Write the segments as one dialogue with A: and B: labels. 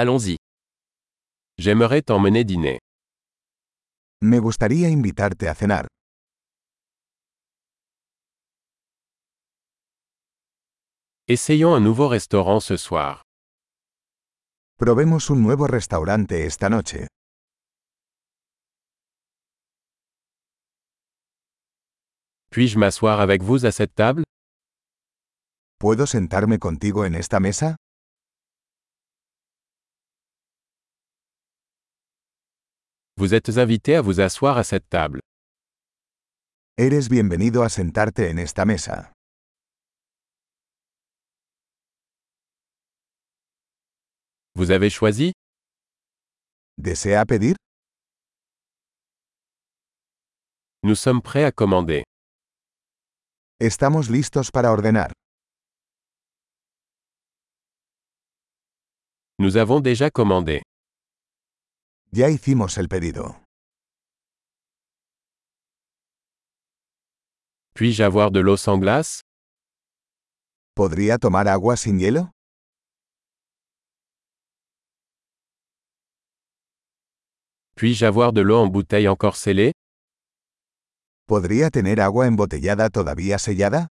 A: Allons-y. J'aimerais t'emmener dîner.
B: Me gustaría invitarte a cenar.
A: Essayons un nouveau restaurant ce soir.
B: Probemos un nuevo restaurante esta noche.
A: Puis-je m'asseoir avec vous à cette table
B: ¿Puedo sentarme contigo en esta mesa?
A: Vous êtes invité à vous asseoir à cette table.
B: Eres bienvenido a sentarte en esta mesa.
A: Vous avez choisi
B: ¿Desea pedir?
A: Nous sommes prêts à commander.
B: Estamos listos para ordenar.
A: Nous avons déjà commandé.
B: Ya hicimos el pedido.
A: Puis-je avoir de l'eau sans glace
B: ¿Podría tomar agua sin hielo?
A: Puis-je avoir de l'eau en bouteille encore scellée
B: ¿Podría tener agua embotellada todavía sellada?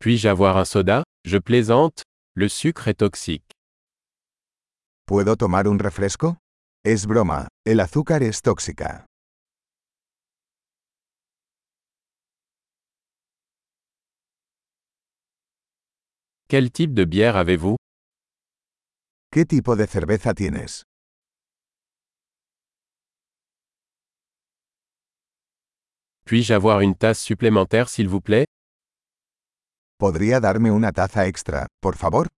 A: Puis-je avoir un soda Je plaisante, le sucre est toxique.
B: ¿Puedo tomar un refresco? Es broma, el azúcar es tóxica.
A: Quel type de bière avez-vous
B: ¿Qué tipo de cerveza tienes?
A: Puis-je avoir une tasse supplémentaire s'il vous plaît
B: ¿Podría darme una taza extra, por favor?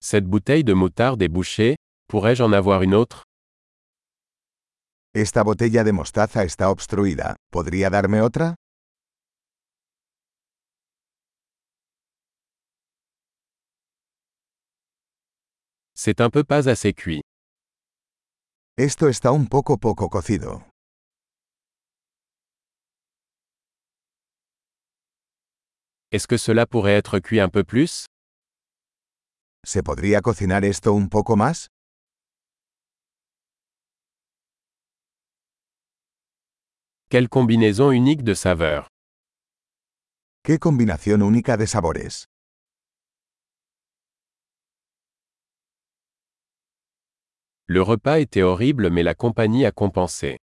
A: Cette bouteille de moutarde est bouchée, pourrais-je en avoir une autre
B: Esta botella de mostaza está obstruida. ¿Podría darme otra?
A: C'est un peu pas assez cuit.
B: Esto está un poco poco cocido.
A: Est-ce que cela pourrait être cuit un peu plus
B: ¿Se podría cocinar esto un poco más?
A: Quelle combinaison unique de saveurs
B: ¡Qué combinación única de sabores!
A: Le repas était horrible mais la compagnie a compensé.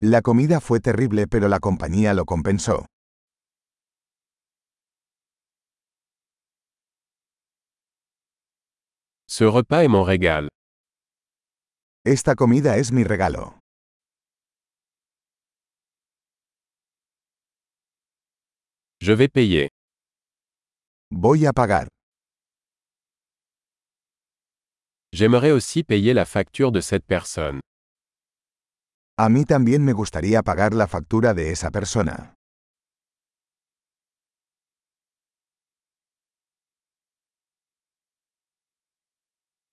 B: La comida fue terrible pero la compañía lo compensó.
A: Ce repas est mon régal.
B: Esta comida es mi regalo.
A: Je vais payer.
B: Voy a pagar.
A: J'aimerais aussi payer la facture de cette personne.
B: A mí también me gustaría pagar la factura de esa persona.